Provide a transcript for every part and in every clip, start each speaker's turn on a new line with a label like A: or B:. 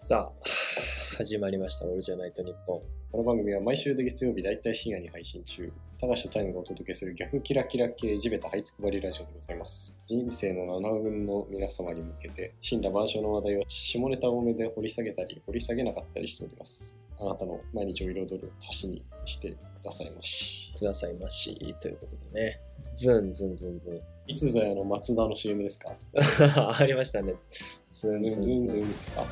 A: さあ、始まりました。俺じゃないと日本。
B: この番組は毎週で月曜日だいたい深夜に配信中、高橋とタイムがお届けする逆キラキラ系地べた這いつくばりラジオでございます。人生の七軍の皆様に向けて、神羅万象の話題を下ネタ多めで掘り下げたり、掘り下げなかったりしております。あなたの毎日を彩る足しにしてくださいまし。
A: くださいまし。ということでね。ズンズンズンズン。
B: いつぞやの松田の CM ですか
A: ありましたね。ズン
B: ズ
A: ズ
B: ン
A: ン
B: ズン
A: ズ
B: ズ
A: ン。
B: ンですか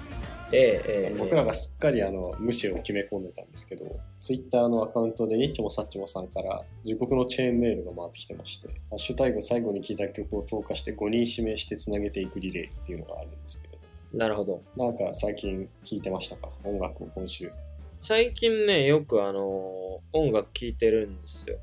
A: ええええ
B: 僕らがすっかりあの無視を決め込んでたんですけど、ツイッターのアカウントでニッチもサッチもさんから、自国のチェーンメールが回ってきてまして、ハッシュタグ最後に聞いた曲を投下して5人指名してつなげていくリレーっていうのがあるんですけれ
A: なるほど。
B: ど、なんか最近聞いてましたか音楽を今週。
A: 最近ね、よくあのー音楽聴いてるんですよ。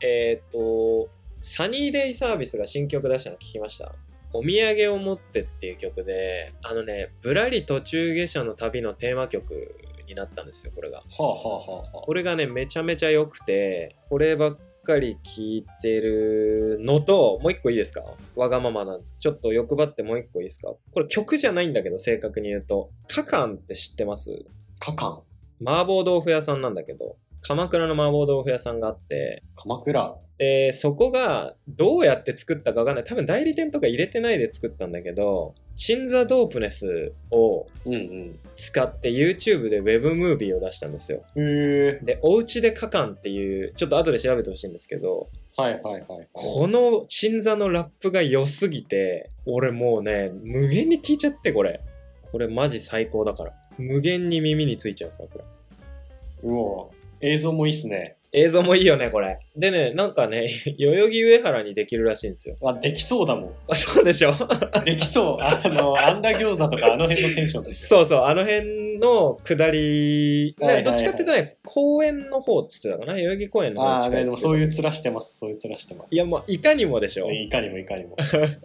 A: えっ、と、サニーデイサービスが新曲出したの聞きました。お土産を持ってっていう曲で、あのね、ぶらり途中下車の旅のテーマ曲になったんですよ、これが。
B: はあはあはあは
A: これがねめちゃめちゃ良くてこればっかり聞いてるのともう一個いいですかわがままなんですちょっと欲張ってもう一個いいですかこれ曲じゃないんだけど正確に言うとカカンって知ってます
B: あ。カカン、
A: 麻婆豆腐屋さんなんだけど鎌倉の麻婆豆腐屋さんがあって
B: 鎌倉。
A: でそこがどうやって作ったかわかんない多分代理店とか入れてないで作ったんだけどチンザドープネスを
B: うんうん。
A: 使って YouTube で Web ムービーを出したんですよ
B: へえ。
A: で、おうちでカカンっていう、ちょっと後で調べてほしいんですけど、
B: はいはいはい。
A: この鎮座のラップが良すぎて、俺もうね、無限に聴いちゃって、これ。これマジ最高だから。無限に耳についちゃうから、これ。
B: うお映像もいいっすね。
A: 映像もいいよね、これ。でね、なんかね、 代々木上原にできるらしいんですよ。
B: あ、できそうだもん。
A: あそうでしょ
B: でき そう。あの、あんだ餃子とかあの辺のテンションですよ。
A: そうそう、あの辺の下り、
B: はいはいはい
A: どっちかっていうとね、公園の方っつってたかな、代々木公園の方
B: ああ、
A: に近い
B: で
A: っつっ
B: も
A: てた
B: そういう面してます。そういう面してます。
A: いや、もういかにもでしょ。
B: いかにもいかにも。代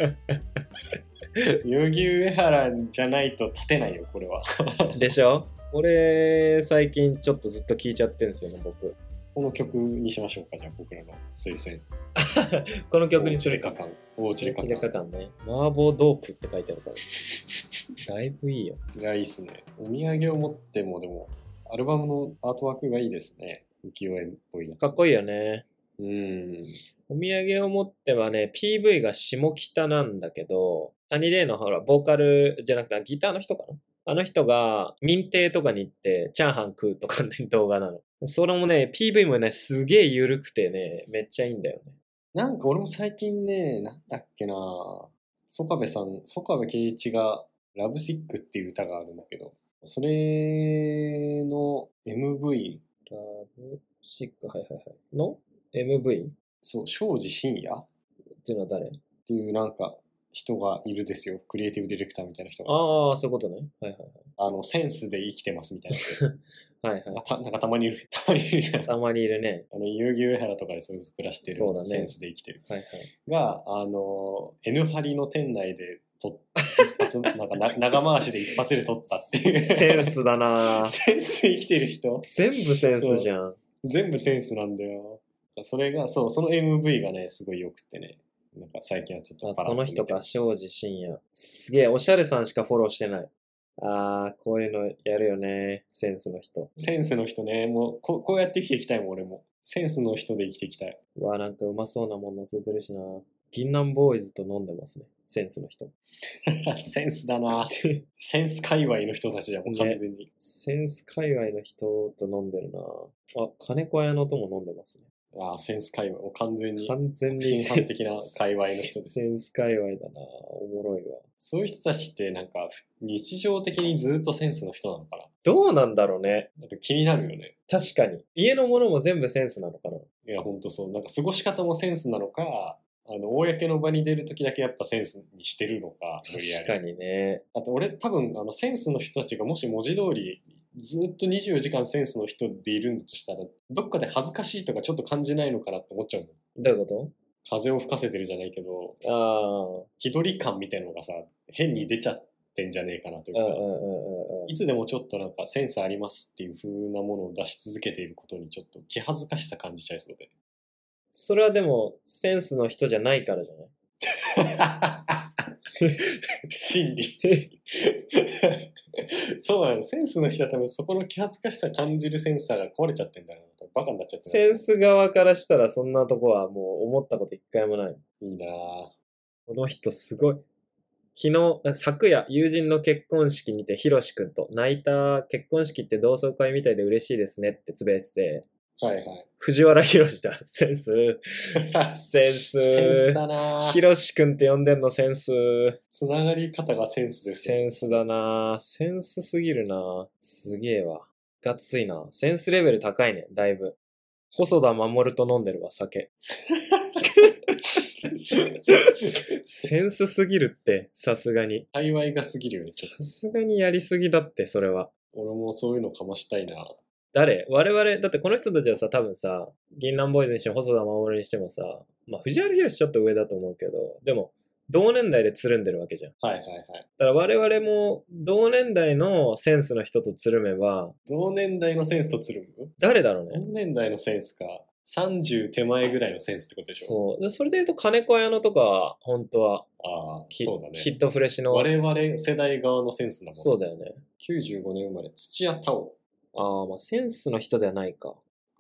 B: 々木上原じゃないと立てないよ、これは。
A: でしょ俺最近ちょっとずっと聞いちゃってんですよね僕
B: この曲にしましょうか、じゃあ僕らの推薦。
A: この曲にする
B: か
A: か
B: かん。おうちでか
A: で
B: か
A: か
B: ん。
A: かんね麻婆豆腐って書いてある からだいぶいいよ
B: いや、いいっすね。お土産を持っても、でも、アルバムのアートワークがいいですね。浮世絵っぽいやつ。
A: かっこいいよね
B: いい。うん。
A: お土産を持ってはね PV が下北なんだけどサニーデイのほらボーカルじゃなくてギターの人かなあの人が民邸とかに行ってチャーハン食うとかね動画なのそれもね PV もねすげえ緩くてねめっちゃいいんだよね
B: なんか俺も最近ね、なんだっけなソカベさん、ソカベ圭一がラブシックっていう歌があるんだけど、それの MV、
A: ラブシックはいはいはいの MV
B: そう、庄司深也っ
A: っていうのは誰
B: ていうなんか人がいるですよ。クリエイティブディレクターみたいな人が。
A: ああ、そういうことね。はいは
B: あの、センスで生きてますみたい
A: いはい。はいは。
B: な。ないたなんかたまにいる、たまにいるじゃん。
A: たまにいるね。
B: あの、遊戯上原とかでそういう暮らしてる、
A: そうだね
B: センスで生きてる。
A: はいはい。
B: が、あの、N ハリの店内で撮っ一発、 なんかな長回しで一発で撮ったっていう。
A: センスだな
B: センス生きてる人
A: 全部センスじゃん。
B: 全部センスなんだよ。それが、そう、その MV がね、すごい良くってね。なんか最近はちょっと
A: あ
B: パラッ
A: ことの
B: 見て
A: 人か、庄司深也。すげえ、おしゃれさんしかフォローしてない。ああ、こういうのやるよね。センスの人。
B: センスの人ね、もうここうやって生きていきたいもん、俺も。センスの人で生きていきたい。
A: うわあ、なんかうまそうなもの載せてるしな。銀杏ボーイズと飲んでますね。センスの人。
B: センスだなセンス界隈の人たちじゃん、もう完全に。
A: センス界隈の人と飲んでるなあ、金子屋のとも飲んでますね。
B: ああ、センス界隈、もう完全に。
A: 完全に
B: 新派的な界隈の人です。
A: センス界隈だなおもろいわ。
B: そういう人たちって、なんか、日常的にずっとセンスの人なのかな。
A: どうなんだろうね。
B: なんか気になるよね。
A: 確かに。家のものも全部センスなのかな。
B: いや、ほんとそう。なんか過ごし方もセンスなのか、あの、公の場に出るときだけやっぱセンスにしてるのか、無理やり
A: 確かにね。
B: あと俺多分あのセンスの人たちがもし文字通りずっと24時間センスの人でいるんだとしたらどっかで恥ずかしいとかちょっと感じないのかなって思っちゃうもん
A: どういうこ
B: 風を吹かせてるじゃないけど
A: とあ
B: 気取り感みたいなのがさ変に出ちゃってんじゃねえかなという
A: あ、うん
B: か、
A: うんうんうんうん
B: い。つでもちょっとなんかセンスありますっていう風なものを出し続けていることにちょっと気恥ずかしさ感じちゃいそうで
A: それはでも、センスの人じゃないからじゃない
B: 心理。そうなの、センスの人は多分そこの気恥ずかしさ感じるセンサーが壊れちゃってんだろうな。多分バカになっちゃってんだろ
A: セ
B: う
A: ンス側からしたらそんなとこはもう思ったこと一回もない。
B: な。いいなぁ。
A: この人すごい。昨日、あ昨夜、友人の結婚式にて、ひろしくんと、泣いた結婚式って同窓会みたいで嬉しいですねってつぶやいてて、
B: はいはい。
A: 藤原ひろしだ。センス。 セン
B: センス
A: ス。
B: だな
A: ひ
B: ぁ。
A: ろしくんって呼んでんのセンス。
B: つながり方がセンスですよ。
A: センスだなセンスすぎるなすげえわ。がついなセンスレベル高いね、だいぶ。細田守と飲んでるわ、酒。センスすぎるって、さすがに。
B: 界隈が過ぎるよね。ちょっ
A: さ
B: と
A: すがにやりすぎだって、それは。
B: 俺もそういうのかましたいなぁ。
A: 誰我々、だってこの人たちはさ、多分さ、銀杏ボーイズにしても細田守にしてもさ、まあ藤原宏ちょっと上だと思うけど、でも、同年代でつるんでるわけじゃん。
B: はいはいは
A: だ
B: い。
A: から我々も同年代のセンスの人とつるめば、
B: 同年代のセンスとつるむ
A: 誰だろうね
B: 同。年代のセンスか。30手前ぐらいのセンスってことでしょ
A: そう。でそれで言うと、金子屋のとか、本当は
B: ああ、
A: ヒ、
B: そうだね。
A: ヒットフレッシュの。
B: 我々世代側のセンスだもん。
A: そうだよね。
B: 95年生まれ、土屋太鳳、
A: ああ、まあ、センスの人ではないか。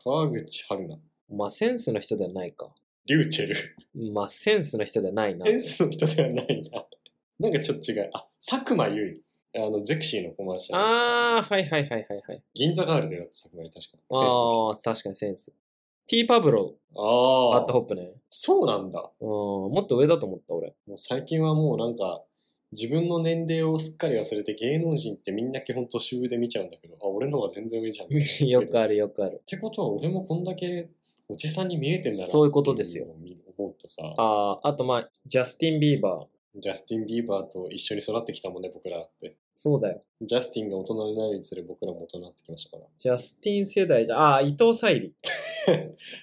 B: 川口春奈、
A: まあ、センスの人ではないか。
B: リューチェル。
A: まあ、センスの人ではないな
B: セ。ンスの人ではないな。 なんかちょっと違う。あ、佐久間由衣。あの、ゼクシーのコマーシャルでさ。
A: ああ、はいはいはいはいはい。
B: 銀座ガールでやった佐久間由衣、確か。センスの人
A: ああ、確かにセンス。T パブロ、バッ
B: あ
A: ド
B: あ
A: ホップね。
B: そうなんだ。
A: うん、もっと上だと思った、俺。
B: もう最近はもうなんか、自分の年齢をすっかり忘れて芸能人ってみんな基本年上で見ちゃうんだけど、あ、俺の方が全然上じゃん。
A: よく
B: っ
A: あるよくある。
B: てことは俺もこんだけおじさんに見えてんだな
A: そういうことですよ。
B: 思うとさ、
A: ああ、あとまあ、ジャスティン・ビーバー。
B: ジャスティン・ビーバーと一緒に育ってきたもんね、僕らって。
A: そうだよ。
B: ジャスティンが大人になるにつれ僕らも大人になってきましたから。
A: ジャスティン世代じゃ、ああー、伊藤沙莉。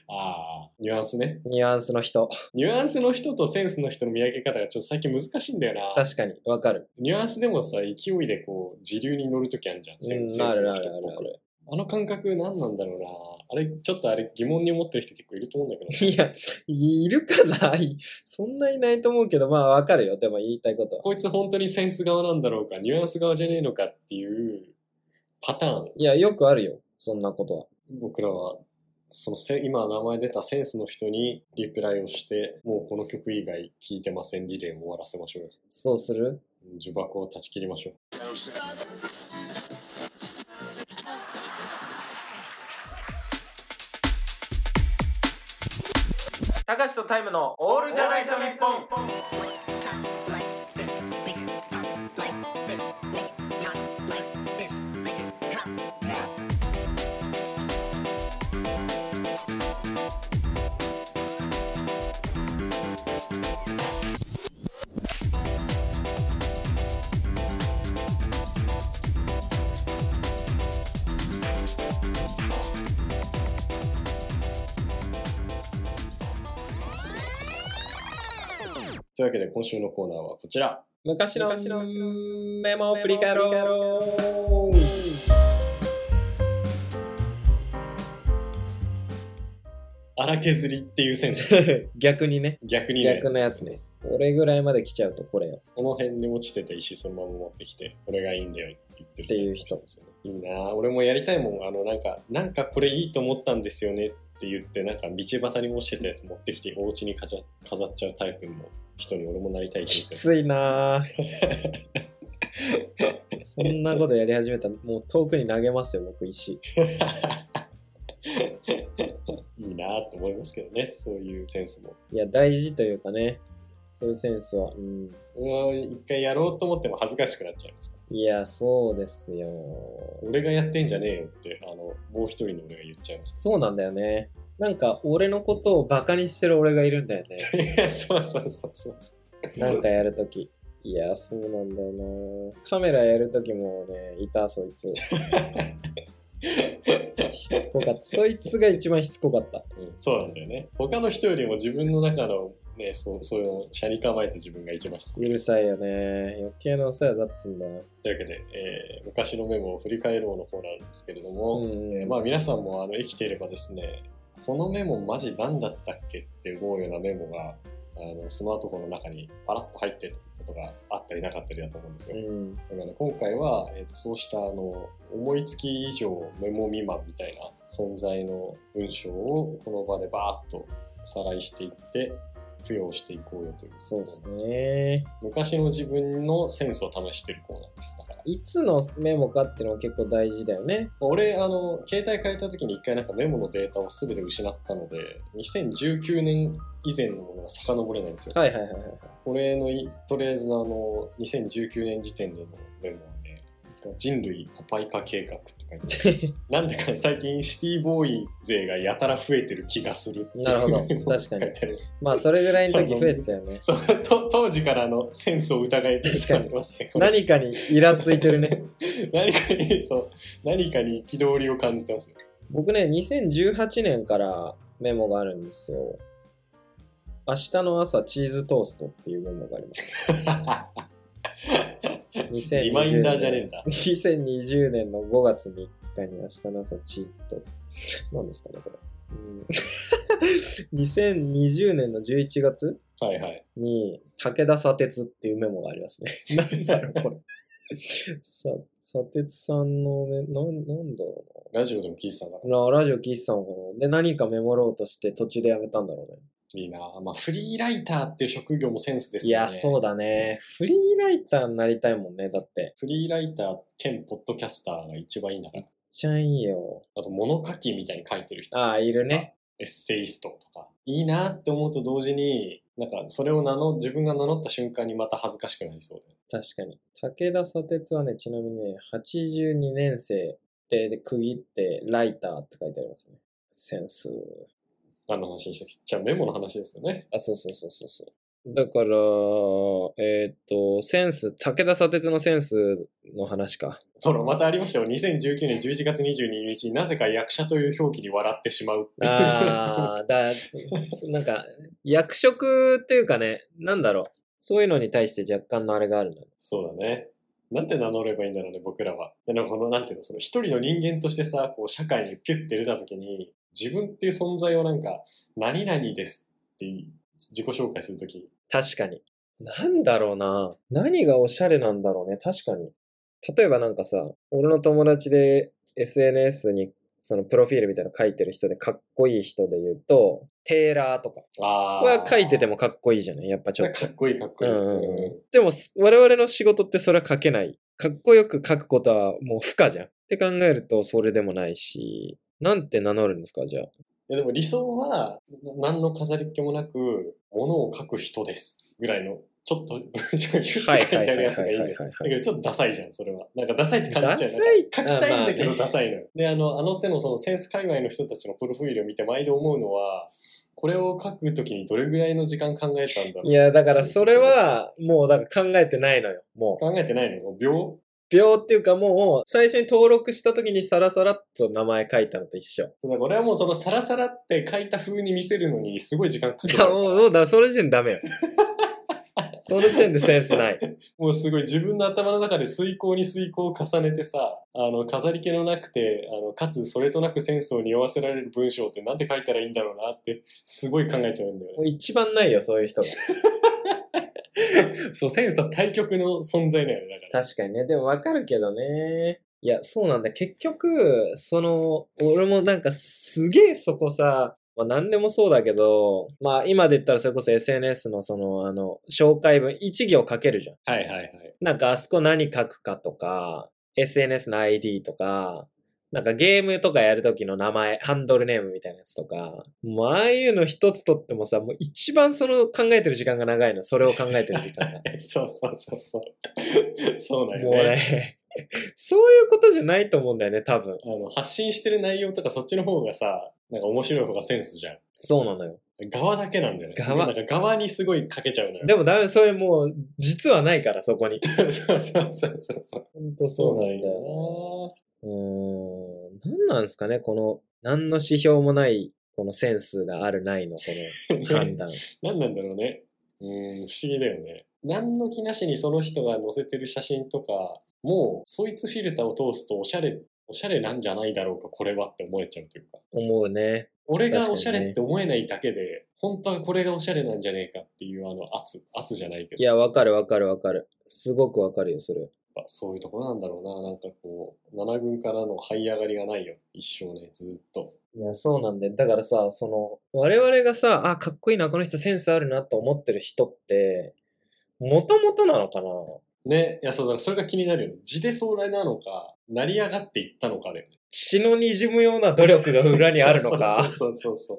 B: ああ。ニュアンスね。
A: ニュアンスの人。
B: ニュアンスの人とセンスの人の見分け方がちょっと最近難しいんだよな。
A: 確かに、わかる。
B: ニュアンスでもさ、勢いでこう、時流に乗るときあるじゃん。セ
A: う
B: ン
A: ん
B: センスの
A: なる
B: 人
A: な
B: っ
A: るなる
B: ぽく。あの感覚何なんだろうな。あれ、ちょっとあれ疑問に思ってる人結構いると思うんだ けど。
A: いや、いるかないそんないないと思うけど、まあわかるよ。でも言いたいことは。
B: こいつ本当にセンス側なんだろうか、ニュアンス側じゃねえのかっていうパターン。
A: いや、よくあるよ。そんなことは。
B: 僕らはそのせ今名前出たセンスの人にリプライをしてもうこの曲以外聴いてませんリレーを終わらせましょうよ
A: そうする
B: 呪縛を断ち切りましょう
A: たかしとタイムのオールじゃないと日本。
C: Talk like this, make it pop like this, make it not like this, make it drop.
B: というわけで今週のコーナーはこちら
A: 昔のメモを振り返ろう。
B: 荒削りっていうセンス
A: 逆にね。
B: 逆に
A: 逆のやつね。俺ぐらいまで来ちゃうとこれよ。
B: この辺に落ちてた石そのまま持ってきてこれがいいんだよって言ってる
A: っ
B: ですよねいいなあ俺もやりたいもんあのなんかなんかこれいいと思ったんですよねって言ってなんか道端に落ちてたやつ持ってきてお家に飾飾っちゃうタイプの人に俺もなりたい
A: き
B: 人生
A: つい なぁそんなことやり始めたら、もう遠くに投げますよ、僕、石。
B: いいなと思いますけどね、そういうセンスも。
A: いや、大事というかね、そういうセンスは。うん。
B: 俺は一回やろうと思っても恥ずかしくなっちゃいますから。
A: いや、そうですよ。
B: 俺がやってんじゃねえよって、あの、もう一人の俺が言っちゃいます。
A: そうなんだよね。なんか、俺のことをバカにしてる俺がいるんだよね。
B: そうそうそうそうそ
A: なんかやるとき。いや、そうなんだよな。カメラやるときもね、いた、そいつ。しつこかった。そいつが一番しつこかった。
B: う。うん、そうなんだよね。他の人よりも自分の中の、ね、そう、そういう、車に構えて自分が一番しつこ
A: う
B: いで
A: る
B: す。
A: さいよね。余計なお世話だっつうんだよ。
B: というわけで、えー昔のメモを振り返ろうの方なんですけれども、
A: うん
B: えーまあ皆さんもあの生きていればですね、このメモマジ何だったっけって思うようなメモがあのスマートフォンの中にパラッと入ってることがあったりなかったりだと思うんですよ。
A: うん。
B: だからね、今回は、えー、とそうしたあの思いつき以上メモ未満みたいな存在の文章をこの場でバーッとおさらいしていって付与していこうよという
A: そうですね。
B: 昔の自分のセンスを試してるコーナーですだから
A: いつのメモかっていうのは結構大事だよね。
B: 俺あの携帯変えた時に一回なんかメモのデータを全て失ったので2019年以前のものが遡れないんですよ、
A: はいはいはいはい。
B: 俺のいとりあえずのあの2019年時点でのメモはね人類ポパイ化計画って書いてある なんでか最近シティボーイ勢がやたら増えてる気がするっていう
A: なるほど
B: メモが
A: 確かに
B: 書いてある
A: まあそれぐらいの時増えてたよね。
B: そうと当時からのセンスを疑えてしまってますねこれ
A: 何かにイラついてるね。
B: 何かにそう何かに憤りを感じて ますね
A: 僕ね、2018年からメモがあるんですよ。明日の朝チーズトーストっていうメモがあり ます。
B: リマインダーじゃねえんだ
A: 2020年の5月3日に明日の朝チーズトースト。何ですかね、これ。うん2020年の11月
B: はいはい
A: に武田砂鉄っていうメモがありますね。 なんだろう、これ。 さ砂鉄さんのメ、なんなんだろう
B: ラジオでも聞いてたから
A: な。なラジオ聞いてたのかなで、何かメモろうとして途中でやめたんだろうね。
B: いいなまあフリーライターっていう職業もセンスです
A: い
B: よね
A: や、そうだね。フリーライターになりたいもんね、だって。
B: フリーライター兼ポッドキャスターが一番いいんだから。
A: ちゃいいよ。
B: あと物書きみたいに書いてる人、
A: ああ、いるね。
B: エッセイストとか。いいなって思うと同時に、なんかそれを名の自分が名乗った瞬間にまた恥ずかしくなりそう
A: 確かに。武田砂鉄はね、ちなみにね、82年生でで区切って、ライターって書いてありますね。センス。
B: で。何の話でしたっけじゃあメモの話ですよね。
A: あ、そうそうそうそうそう。だから、えーっと、センス、武田砂鉄のセンスの話か。
B: ほら、またありましたよ。2019年11月22日になぜか役者という表記に笑ってしまう。
A: ああ、だ、そなんか、役職っていうかね、なんだろう。そういうのに対して若干のあれがあるの。
B: そうだね。なんて名乗ればいいんだろうね、僕らは。でなんかこの、なんていうの、その一人の人間としてさ、こう、社会にピュッて出た時に、自分っていう存在をなんか、何々ですって自己紹介するとき、
A: 確かに。なんだろうな。何がおしゃれなんだろうね。確かに。例えばなんかさ、俺の友達で SNS にそのプロフィールみたいなの書いてる人でかっこいい人で言うと、テーラーとか。
B: あ
A: これは書いてて
B: も
A: もかっこいいじゃないやっぱちょっと
B: か。っこいいかっこいい。
A: うんうんうん
B: うん
A: でもす我々の仕事ってそれは書けない。かっこよく書くことはもう不可じゃん。って考えるとそれでもないし、なんて名乗るんですかじゃあ。
B: いやでも理想は、な何の飾りっ気もなく、物を書く人です。ぐらいの、ちょっと文章がヒュッて書いてあるやつがい
A: はいはい
B: いんだよ。
A: はいはいはい
B: だけどちょっとダサいじゃん、それは。なんかダサいって感じちゃ
A: ダ
B: う。なん
A: サ
B: か
A: い
B: 書きたいんだけ
A: あまあ
B: ど
A: ね
B: ダサいのよ。で、あの、あの手のそのセンス界隈の人たちのプロフィールを見て毎度思うのは、これを書くときにどれぐらいの時間考えたんだ ろう。
A: いや、だからそれはもうだから考えてないのよ。もう。
B: 考えてないのよ。秒
A: 秒っていうかもう、最初に登録した時にサラサラっと名前書いたのと一緒。
B: そうだから俺はもうそのサラサラって書いた風に見せるのにすごい時間かけて
A: い
B: る
A: や、
B: から。
A: もう、もうだ、その時点でダ メよ。その時点でセンスない。
B: もうすごい自分の頭の中で遂行に遂行を重ねてさ、あの、飾り気のなくて、あの、かつそれとなくセンスを匂わせられる文章ってなんて書いたらいいんだろうなって、すごい考えちゃうんだよ
A: もう一番ないよ、そういう人が。
B: ね。そう、センスは対極の存在だよね、だから。
A: 確かにね、でもわかるけどね。いや、そうなんだ。結局、その、俺もなんかすげえそこさ、まあ何でもそうだけど、まあ今で言ったらそれこそ SNS のその、あの、紹介文、一行書けるじゃん。
B: はいはいはい。
A: なんかあそこ何書くかとか、SNS の ID とか、なんかゲームとかやるときの名前、ハンドルネームみたいなやつとか、もうああいうの一つとってもさ、もう一番その考えてる時間が長いの、それを考えてる時間が。
B: え そうそうそうそう。そう だ
A: も
B: よ
A: う
B: ね。
A: ね、そういうことじゃないと思うんだよね、多分。
B: あの、発信してる内容とかそっちの方がさ、なんか面白い方がセンスじゃん。
A: そうなのよ。
B: 側だけなんだよね。
A: 側
B: なんか側にすごいかけちゃうのよ。
A: でもダメ、それもう、実はないから、そこに。
B: そうそうそうそうそう。
A: ほんと
B: そ
A: そうう
B: な
A: なんん
B: だ
A: だよな。
B: よ
A: うーん、何なんですかね、この、何の指標もない、このセンスがあるないの、この
B: な。
A: 判断。
B: 何なんだろうね。うーん、不思議だよね。何の気なしにその人が載せてる写真とか、もう、そいつフィルターを通すとおしゃれ、おしゃれなんじゃないだろうか、これはって思えちゃうというか。
A: 思うね。
B: 俺
A: 確かに
B: が
A: ね
B: おしゃれって思えないだけで、本当はこれがおしゃれなんじゃねえかっていうあの圧、圧じゃないけど、
A: い
B: やっ
A: や、わかるわかるわかる。すごくわかるよ、それ。
B: ぱそういうところなんだろうな。なんかこう、7軍からの這い上がりがないよ。一生ね、ずーっと。
A: いや、そうなんだよ。だからさ、その、我々がさ、あ、かっこいいな、この人センスあるなと思ってる人って、もともとなのかな
B: ね、いや、そうだ、それが気になるよね。地で壮大なのか、成り上がっていったのかだよね。
A: 血の滲むような努力が裏にあ るのかっ
B: そうそうそうそ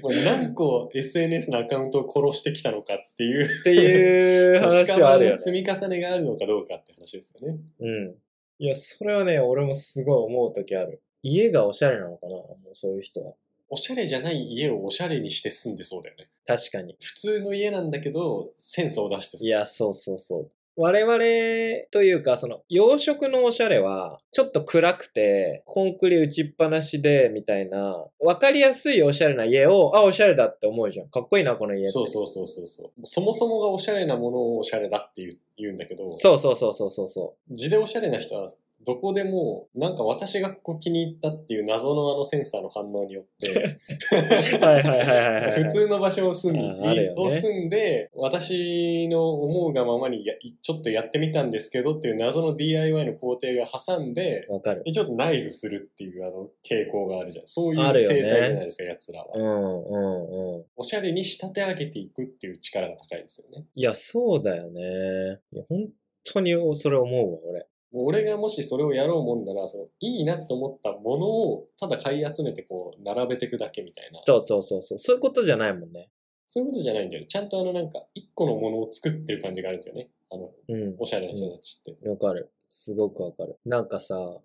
B: う。もう何個 SNS のアカウントを殺してきたのかっていう、
A: ていう
B: そう
A: 話はあるよね
B: 屍の。積み重ねがあるのかどうかって話ですよね。
A: うん。いや、それはね、俺もすごい思うときある。家がおしゃれなのかなもうそういう人は。
B: おしゃれじゃない家をおしゃれにして住んでそうだよね。
A: 確かに。
B: 普通の家なんだけど、センスを出してそう
A: いや、そうそうそう。我々というか、その、洋食のおしゃれは、ちょっと暗くて、コンクリ打ちっぱなしで、みたいな、わかりやすいおしゃれな家を、あ、おしゃれだって思うじゃん。かっこいいな、この家って。
B: そうそうそうそうそう。そもそもがおしゃれなものをおしゃれだって言う言うんだけど、
A: そうそうそうそうそうそ
B: 字でおしゃれな人は、どこでも、なんか私がここ気に入ったっていう謎のあのセンサーの反応によって、
A: う。はいはいはい はい、はい。
B: 普通の場所を住み、
A: ああるよね
B: を住んで、私の思うがままにやちょっとやってみたんですけどっていう謎の DIY の工程が挟 ん で、
A: わかる。
B: ちょっとナイズするっていうあの傾向があるじゃん。そうい
A: あ
B: う
A: るよ
B: 生
A: ね
B: 態じゃないですか、奴らは
A: う。んうんうん。
B: おしゃれに仕立て上げていくっていう力が高いですよね。
A: いや、そうだよね。いや、本当にそれ思うわ、俺。
B: もう俺がもしそれをやろうもんなら、そのいいなと思ったものをただ買い集めてこう並べていくだけみたいな。
A: そうそうそうそう。そういうことじゃないもんね。
B: そういうことじゃないんだよね。ちゃんとあのなんか一個のものを作ってる感じがあるんですよね。あの、
A: うん。
B: おしゃれな人たちって。
A: わかる。すごくわかる。なんかさ、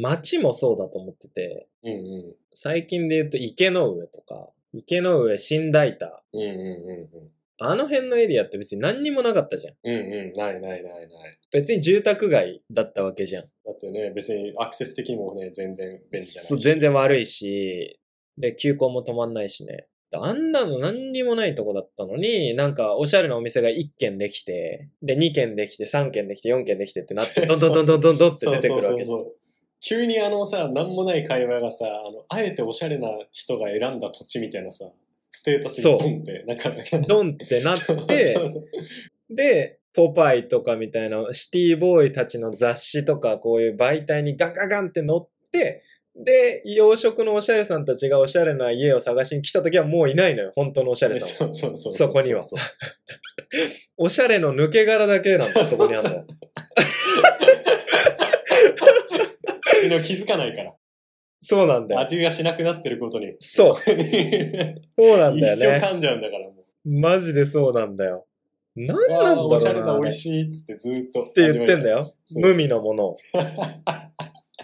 A: 街もそうだと思ってて、
B: うんう
A: 最近で言うと池の上とか、池の上新大田。
B: ん。うんうんうん
A: あの辺のエリアって別に何にもなかったじゃん。
B: うん。うんうん。ないないないない。
A: 別に住宅街だったわけじゃん。
B: だってね、別にアクセス的にもね、全然便利じゃないし。
A: そう全然悪いし、で、休校も止まんないしね。あんなの何にもないとこだったのに、なんかおしゃれなお店が1軒できて、で、2軒できて、3軒できて、4軒できてってなって、どんどんどんどんどんどんって
B: そ
A: 出
B: う
A: て
B: そ
A: く
B: う
A: るわ
B: そ
A: け
B: う
A: じゃん。
B: そう。急にあのさ、なんもない会話がさ、あの、あえておしゃれな人が選んだ土地みたいなさ、ステータス
A: そう
B: にドンって、なんか、
A: ドンってなって
B: そ、うそう
A: で、ポパイとかみたいなシティボーイたちの雑誌とかこういう媒体にガンガンガンって載って、で、洋食のおしゃれさんたちがおしゃれな家を探しに来た時はもういないのよ、本当のおしゃれさんは。
B: そうそうそう。
A: そこには
B: そうそう
A: おしゃれの抜け殻だけなんだ、そこにあるのよ。
B: そうでも気づかないか
A: そうなんだ
B: ら。
A: よ。
B: 味がしなくなってることに。
A: そう、
B: 一
A: そうなんだ
B: 生
A: よね。
B: 噛んじゃうんだからも
A: マジでそうなんだよ。なんなん
B: う。
A: だ
B: ああ、
A: ろう
B: おしゃれ
A: な
B: な
A: あ
B: 美
A: れ
B: 味しいっつってずーっと。っ
A: って言ってんだ。よ。
B: そうそう
A: 無味のものを。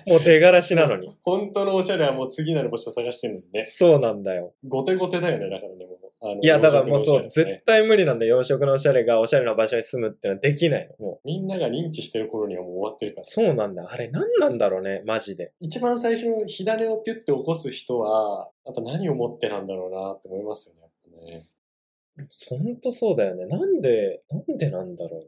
A: もう手柄しなのに。
B: 本当のおしゃれはもう次なる場所探してるのにね。
A: そうなんだよ。
B: ゴテゴテだよね、だからね。もうあの
A: いや、だからもうそう、
B: 洋食のおしゃれはね
A: 絶対無理なんだよ。洋食のおしゃれがおしゃれな場所に住むってのはできないの。もう。
B: みんなが認知してる頃にはもう終わってるから。
A: そうなんだよ。あれ何なんだろうね、マジで。
B: 一番最初の火種をピュッて起こす人は、やっぱ何を持ってなんだろうなって思いますよね。やっぱね
A: ほんとそうだよね。なんで、なんでなんだろう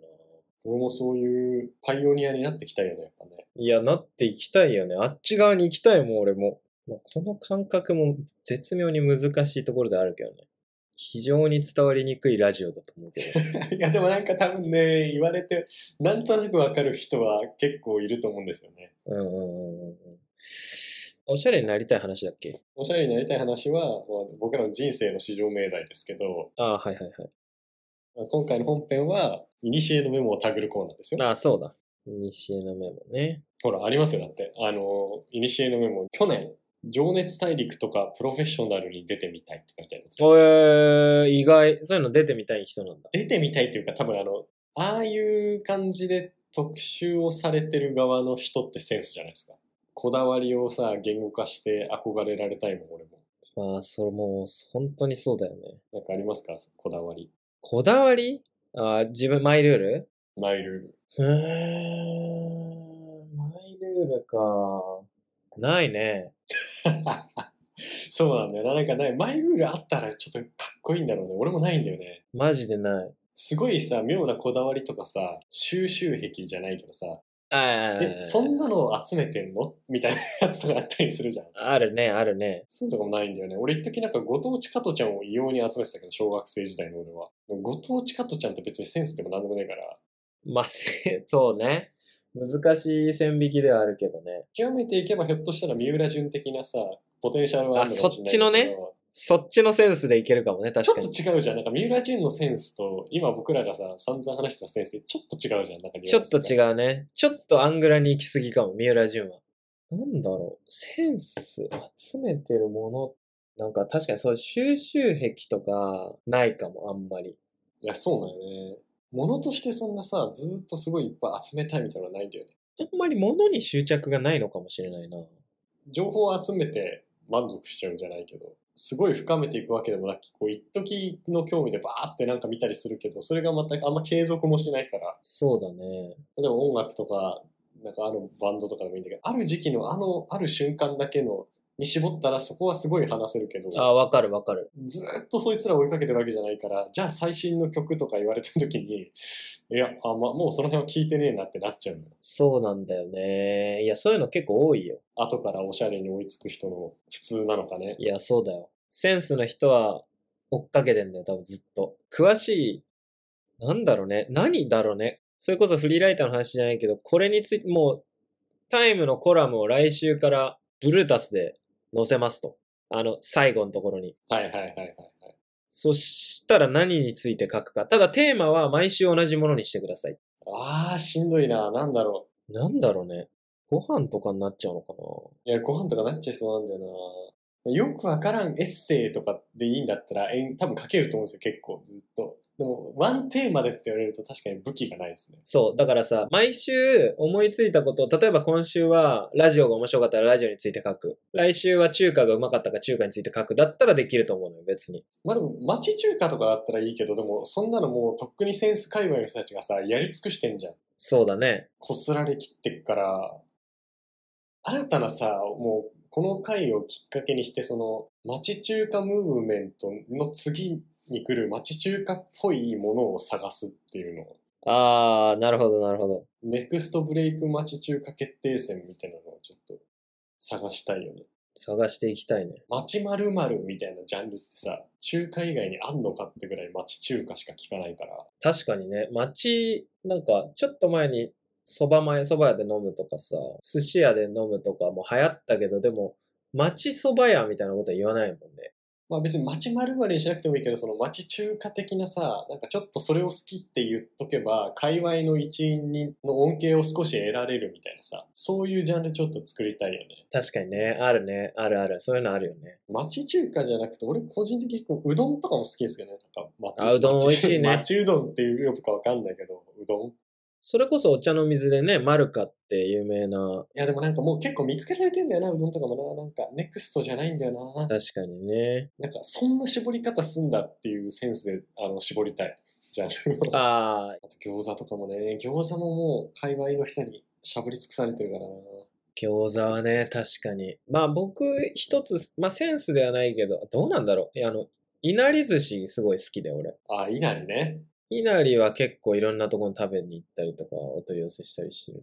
B: 俺もそういうパイオニアになってきたよね、やっぱね。
A: な。いや、なっていきたいよね。あっち側に行きたいもん、俺も。もうこの感覚も絶妙に難しいところであるけどね。非常に伝わりにくいラジオだと思うけど。
B: いや、でもなんか多分ね、言われて、なんとなくわかる人は結構いると思うんですよね。
A: うんうんうんうんうん。おしゃれになりたい話だっけ
B: おしゃれになりたい話は、まあ僕らの人生の至上命題ですけど、
A: ああ、はいはいはい。
B: 今回の本編は、イニシエのメモをたぐるコーナーですよ。
A: ああ、そうだ。西江のメモね。
B: ほら、ありますよ、だって。あの、イニシエのメモ、去年、情熱大陸とかプロフェッショナルに出てみたいって書いてあります。
A: えー、意外。そういうの出てみたい人なんだ。
B: 出てみたいっていうか、多分あの、ああいう感じで特集をされてる側の人ってセンスじゃないですか。こだわりをさ、言語化して憧れられたいもん、俺も。
A: まあ、それもう、本当にそうだよね。
B: なんかありますかこだわり。
A: こだわりあー自分、マイルール
B: マイル
A: うーん、マイルールか。ないね。
B: ール。そうなんだよな。なんかない。マイルールあったらちょっとかっこいいんだろうね。俺もないんだよね。
A: マジでない。
B: すごいさ、妙なこだわりとかさ、収集癖じゃないけどさ、
A: あ
B: え、そんなのを集めてんのみたいなやつとかあったりするじゃん。
A: あるね、あるね。
B: そういうのとかもないんだよね。俺一時なんかご当地加トちゃんを異様に集めてたけど、小学生時代の俺は。ご当地加トちゃんって別にセンスでもなんでもねえから、
A: まあ、せ そうね。難しい線引きではあるけどね。
B: 極めていけばひょっとしたら三浦淳的なさ、ポテンシャルはあるのかもしれないけど
A: あそっちのね。そっちのセンスでいけるかもね、
B: ち
A: 確かに。
B: ょっと違うじゃん。なんか三浦淳のセンスと、今僕らがさ、散々話してたセンスってちょっと違うじゃん。なんか
A: ちょっと違
B: う。
A: うね。ちょっとアングラに行き過ぎかも、三浦淳は。なんだろう、センス集めてるもの、なんか確かにそう、収集癖とかないかも、あんまり。
B: いや、そうなんよね。物としてそんなさ、ずーっとすごいいっぱい集めたいみたいなのはないんだよね。
A: あんまり物に執着がないのかもしれないな。
B: 情報を集めて満足しちゃうんじゃないけど、すごい深めていくわけでもなく、こう、一時の興味でバーってなんか見たりするけど、それがまたあんま継続もしないから、
A: そうだね。
B: 例えば音楽とか、なんかあるバンドとかでもいいんだけど、ある時期のあの、ある瞬間だけの、に絞ったらそこはすごい話せるけど、
A: あ、わかるわかる。
B: ずーっとそいつら追いかけてるわけじゃないから、じゃあ最新の曲とか言われた時に、いや、あ、ま、もうその辺は聞いてねえなってなっちゃうの。
A: そうなんだよね。いや、そういうの結構多いよ。
B: 後からおしゃれに追いつく人の普通なのかね。
A: いや、そうだよ。センスの人は追っかけてんだよ、多分ずっと。詳しい、なんだろうね。何だろうね。それこそフリーライターの話じゃないけど、これについて、もう、タイムのコラムを来週からブルータスで載せますと。あの、最後のところに。
B: はいはいはいはいはい。
A: そしたら何について書くか。ただテーマは毎週同じものにしてください。
B: あー、しんどいな。なんだろ
A: なんだろうね。ご飯とかになっちゃうのかな
B: う。いや、ご飯とかなっちゃいそうなんだよな。よくわからんエッセイとかでいいんだったら、えん多分書けると思うんですよ、結構、ずっと。でも、ワンテーマでって言われると確かに武器がないですね。
A: そう。だからさ、毎週思いついたことを、例えば今週はラジオが面白かったらラジオについて書く。来週は中華がうまかったか中華について書く。だったらできると思うのよ、別に。
B: まあでも、町中華とかだったらいいけど、でも、そんなのもうとっくにセンス界隈の人たちがさ、やり尽くしてんじゃん。
A: そうだね。
B: こすられきってっから、新たなさ、もう、この回をきっかけにして、その、町中華ムーブメントの次に来る町中華っぽいものを探すっていうのを、
A: あー、なるほど、なるほど。
B: ネクストブレイク町中華決定戦みたいなのをちょっと探したいよね。
A: 探していきたいね。
B: 町〇〇みたいなジャンルってさ、中華以外にあんのかってぐらい町中華しか聞かないから、
A: 確かにね、街、なんか、ちょっと前に、蕎麦前、蕎麦屋で飲むとかさ、寿司屋で飲むとかも流行ったけど、でも、街蕎麦屋みたいなことは言わないもんね。
B: まあ別に町丸々にしなくてもいいけど、その町中華的なさ、なんかちょっとそれを好きって言っとけば、界隈の一員にの恩恵を少し得られるみたいなさ、そういうジャンルちょっと作りたいよね。
A: 確かにね、あるね、あるある。そういうのあるよね。
B: 町中華じゃなくて、俺個人的にこううどんとかも好きですけどね。なんか町
A: あうどん美味しいね
B: 町町うどんっていう呼ぶかわかんないけど、うどん。い
A: それこそお茶の水でね、マルカって有名な
B: やでもなんかもう結構見つけられてんだよな、うどんとかもな。なんかネクストじゃないんだよな。
A: 確かにね。
B: なんかそんな絞り方すんだっていうセンスで、あの、絞りたい。ジャンルを。
A: ああ、
B: あと餃子とかもね、餃子ももう界隈の人にしゃぶり尽くされてるからな。
A: 餃子はね、確かに。まあ僕、一つ、まあセンスではないけど、どうなんだろう。いや、あの、いなり寿司すごい好きで、俺。
B: あ、いなりね。
A: いなりは結構いろんなとこに食べに行ったりとか、お取り寄せしたりしてる。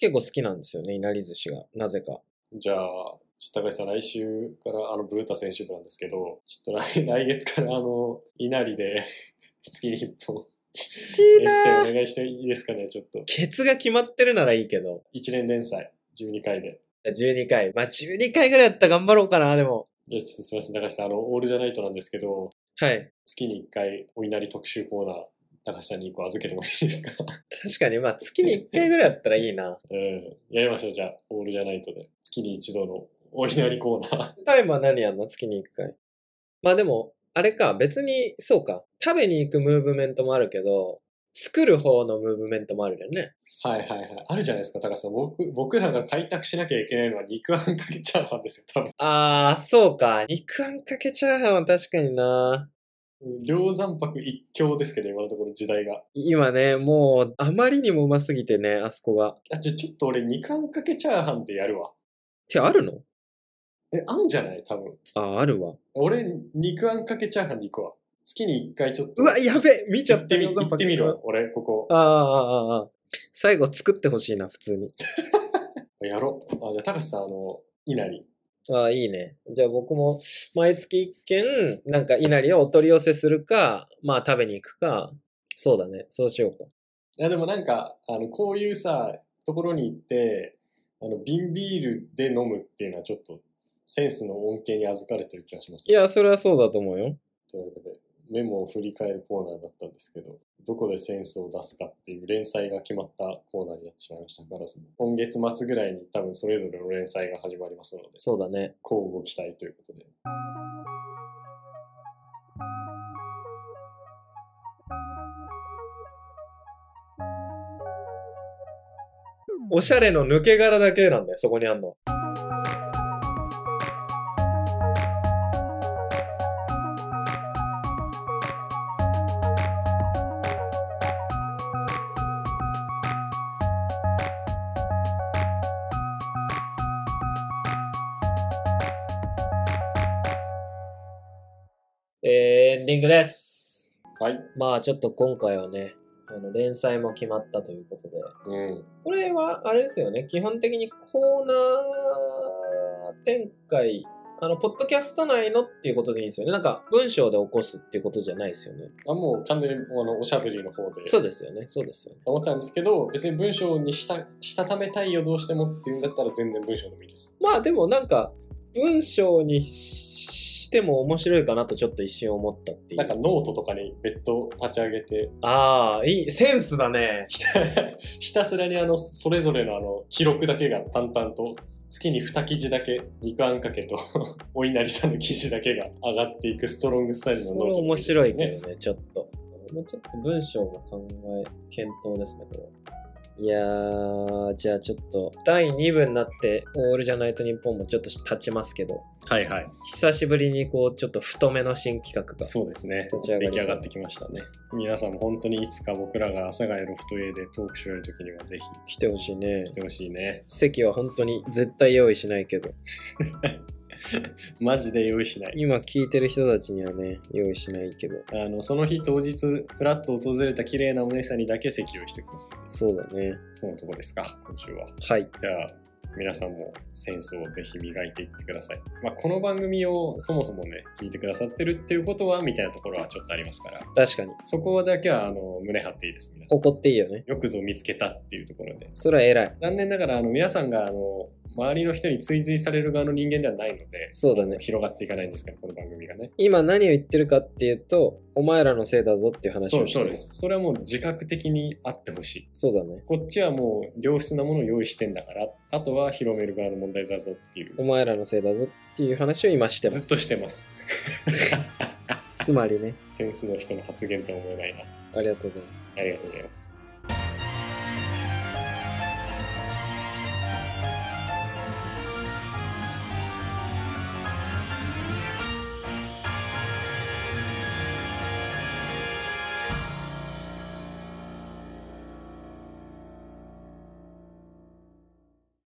A: 結構好きなんですよね、いなり寿司が。なぜか。
B: じゃあ、ちょっと高橋さん来週からあのブルータ選手部なんですけど、ちょっと来 来月からあの、いなりで 月に一本
A: きち
B: エッセイお願いしていいですかね、ちょっと。
A: ケツが決まってるならいいけど。
B: 一年連載、12回で。
A: 12回。まあ12回ぐらいやったら頑張ろうかな、でも。
B: じゃあちょっとすいません、高橋さん、あの、オールじゃないとなんですけど、
A: はい。
B: 月に1回お稲荷特集コーナー、高橋さんに1個預けてもいいですか
A: 確かに、まあ月に1回ぐらいやったらいいな。
B: うん。やりましょう、じゃあ、オールじゃないとで。月に一度のお稲荷コーナー。
A: タイムは何やんの月に1回。まあでも、あれか、別に、そうか。食べに行くムーブメントもあるけど、作る方のムーブメントもあるよね。
B: はいはいはい。あるじゃないですか、高橋さん。僕、僕らが開拓しなきゃいけないのは肉あんかけチャーハンですよ、多分。
A: あー、そうか。肉あんかけチャーハンは確かにな。
B: 両山泊一強ですけど、今のところ時代が。
A: 今ね、もう、あまりにもうますぎてね、あそこが。っ
B: あ、じゃあちょっと俺、肉あんかけチャーハンってやるわ。
A: てあるの
B: え、あんじゃない多分。
A: あー、あるわ。
B: 俺、肉あんかけチャーハンで行くわ。月に一回ちょっと。
A: うわ、やべえ見ちゃ
B: 行
A: っ
B: ったてみ、
A: 餃子パ
B: 行
A: ン
B: ってみるわ、俺、ここ。
A: あーあー、あーあー。最後作ってほしいな、普通に。
B: やろう。あ、じゃあ、高橋さん、あの、稲荷。
A: ああ、いいね。じゃあ僕も毎月一件、なんか稲荷をお取り寄せするか、まあ食べに行くか、そうだね。そうしようか。
B: いや、でもなんか、あの、こういうさ、ところに行って、あの、瓶ビールで飲むっていうのはちょっと、センスの恩恵に預かれてる気がします。
A: いや、それはそうだと思うよ。
B: というわけで、メモを振り返るコーナーだったんですけど、どこでセンスを出すかっていう連載が決まったコーナーになってしまいましたから、その今月末ぐらいに多分それぞれの連載が始まりますので、
A: そうだね。
B: こうご期待ということで。
A: おしゃれの抜け殻だけなんだよ、そこにあんの。えーエンディングです。
B: はい。
A: まあちょっと今回はね、あの連載も決まったということで、
B: うん。
A: これは、あれですよね。基本的にコーナー展開、あの、ポッドキャスト内のっていうことでいいんですよね。なんか、文章で起こすっていうことじゃないですよね。
B: あもう完全にあのおしゃべりの方で
A: そうですよね。そうですよね。
B: 思ってたんですけど、別に文章にしたしたためたいよどうしてもっていうんだったら全然文章でもいいです。
A: まあ、でもなんか、文章にししても面白いかなとちょっと一瞬思ったってい
B: なんか
A: う。
B: ノートとかに別途立ち上げて、
A: ああ、いい、センスだね。
B: ひたすらにあの、それぞれのあの、記録だけが淡々と、月に2記事だけ、肉あんかけと、 お稲荷さんの記事だけが上がっていくストロングス
A: そ
B: タイ
A: れ
B: ルのノート
A: 面白い
B: でいい
A: けどね、ちょっと。もうちょっと文章も考え、検討ですね、これは。いやー、じゃあちょっと、第2部になって、オールじゃないと日本もちょっと経ちますけど、
B: すね。はいはい。
A: 久しぶりにこう、ちょっと太めの新企画が。
B: そうですね。
A: 立ち上がり
B: 出来上がってきましたね。皆さんも本当にいつか僕らが阿佐ヶ谷ロフト A でトークショーやるときにはぜひ
A: 来てほしいね
B: 来。てほしいね。
A: 席は本当に絶対用意しないけど、
B: マジで用意しない。
A: 今聞いてる人たちにはね、用意しないけど、
B: あの、その日当日、ふらっと訪れた綺麗なお姉さんにだけ席用意しておきますので。
A: そうだね。
B: そのとこですか、今週は。
A: はい。
B: じゃあ皆さんもセンスをぜひ磨いていってください。まあ、この番組をそもそもね聞いてくださってるっていうことはみたいなところはちょっとありますから
A: 確かに。
B: そこだけはあの胸張っていいです皆さん。
A: 誇っていいよね。
B: よくぞ見つけたっていうところで
A: それは偉い。
B: 残念ながらあの皆さんがあの周りの人に追随される側の人間ではないので
A: そうだね
B: 広がっていかないんですからこの番組がね
A: 今何を言ってるかっていうと、お前らのせいだぞっていう話
B: そ
A: を
B: う
A: して
B: そう
A: る
B: ですそれはもう自覚的にあってほしい
A: そうだね。
B: こっちはもう良質なものを用意してんだからあとは広める側の問題だぞっていう
A: お前らのせいだぞっていう話を今してま
B: ずっ
A: す。
B: としてます
A: つまりね、
B: センスの人の発言とは思えないな。
A: ありがとうございます。
B: ありがとうございます。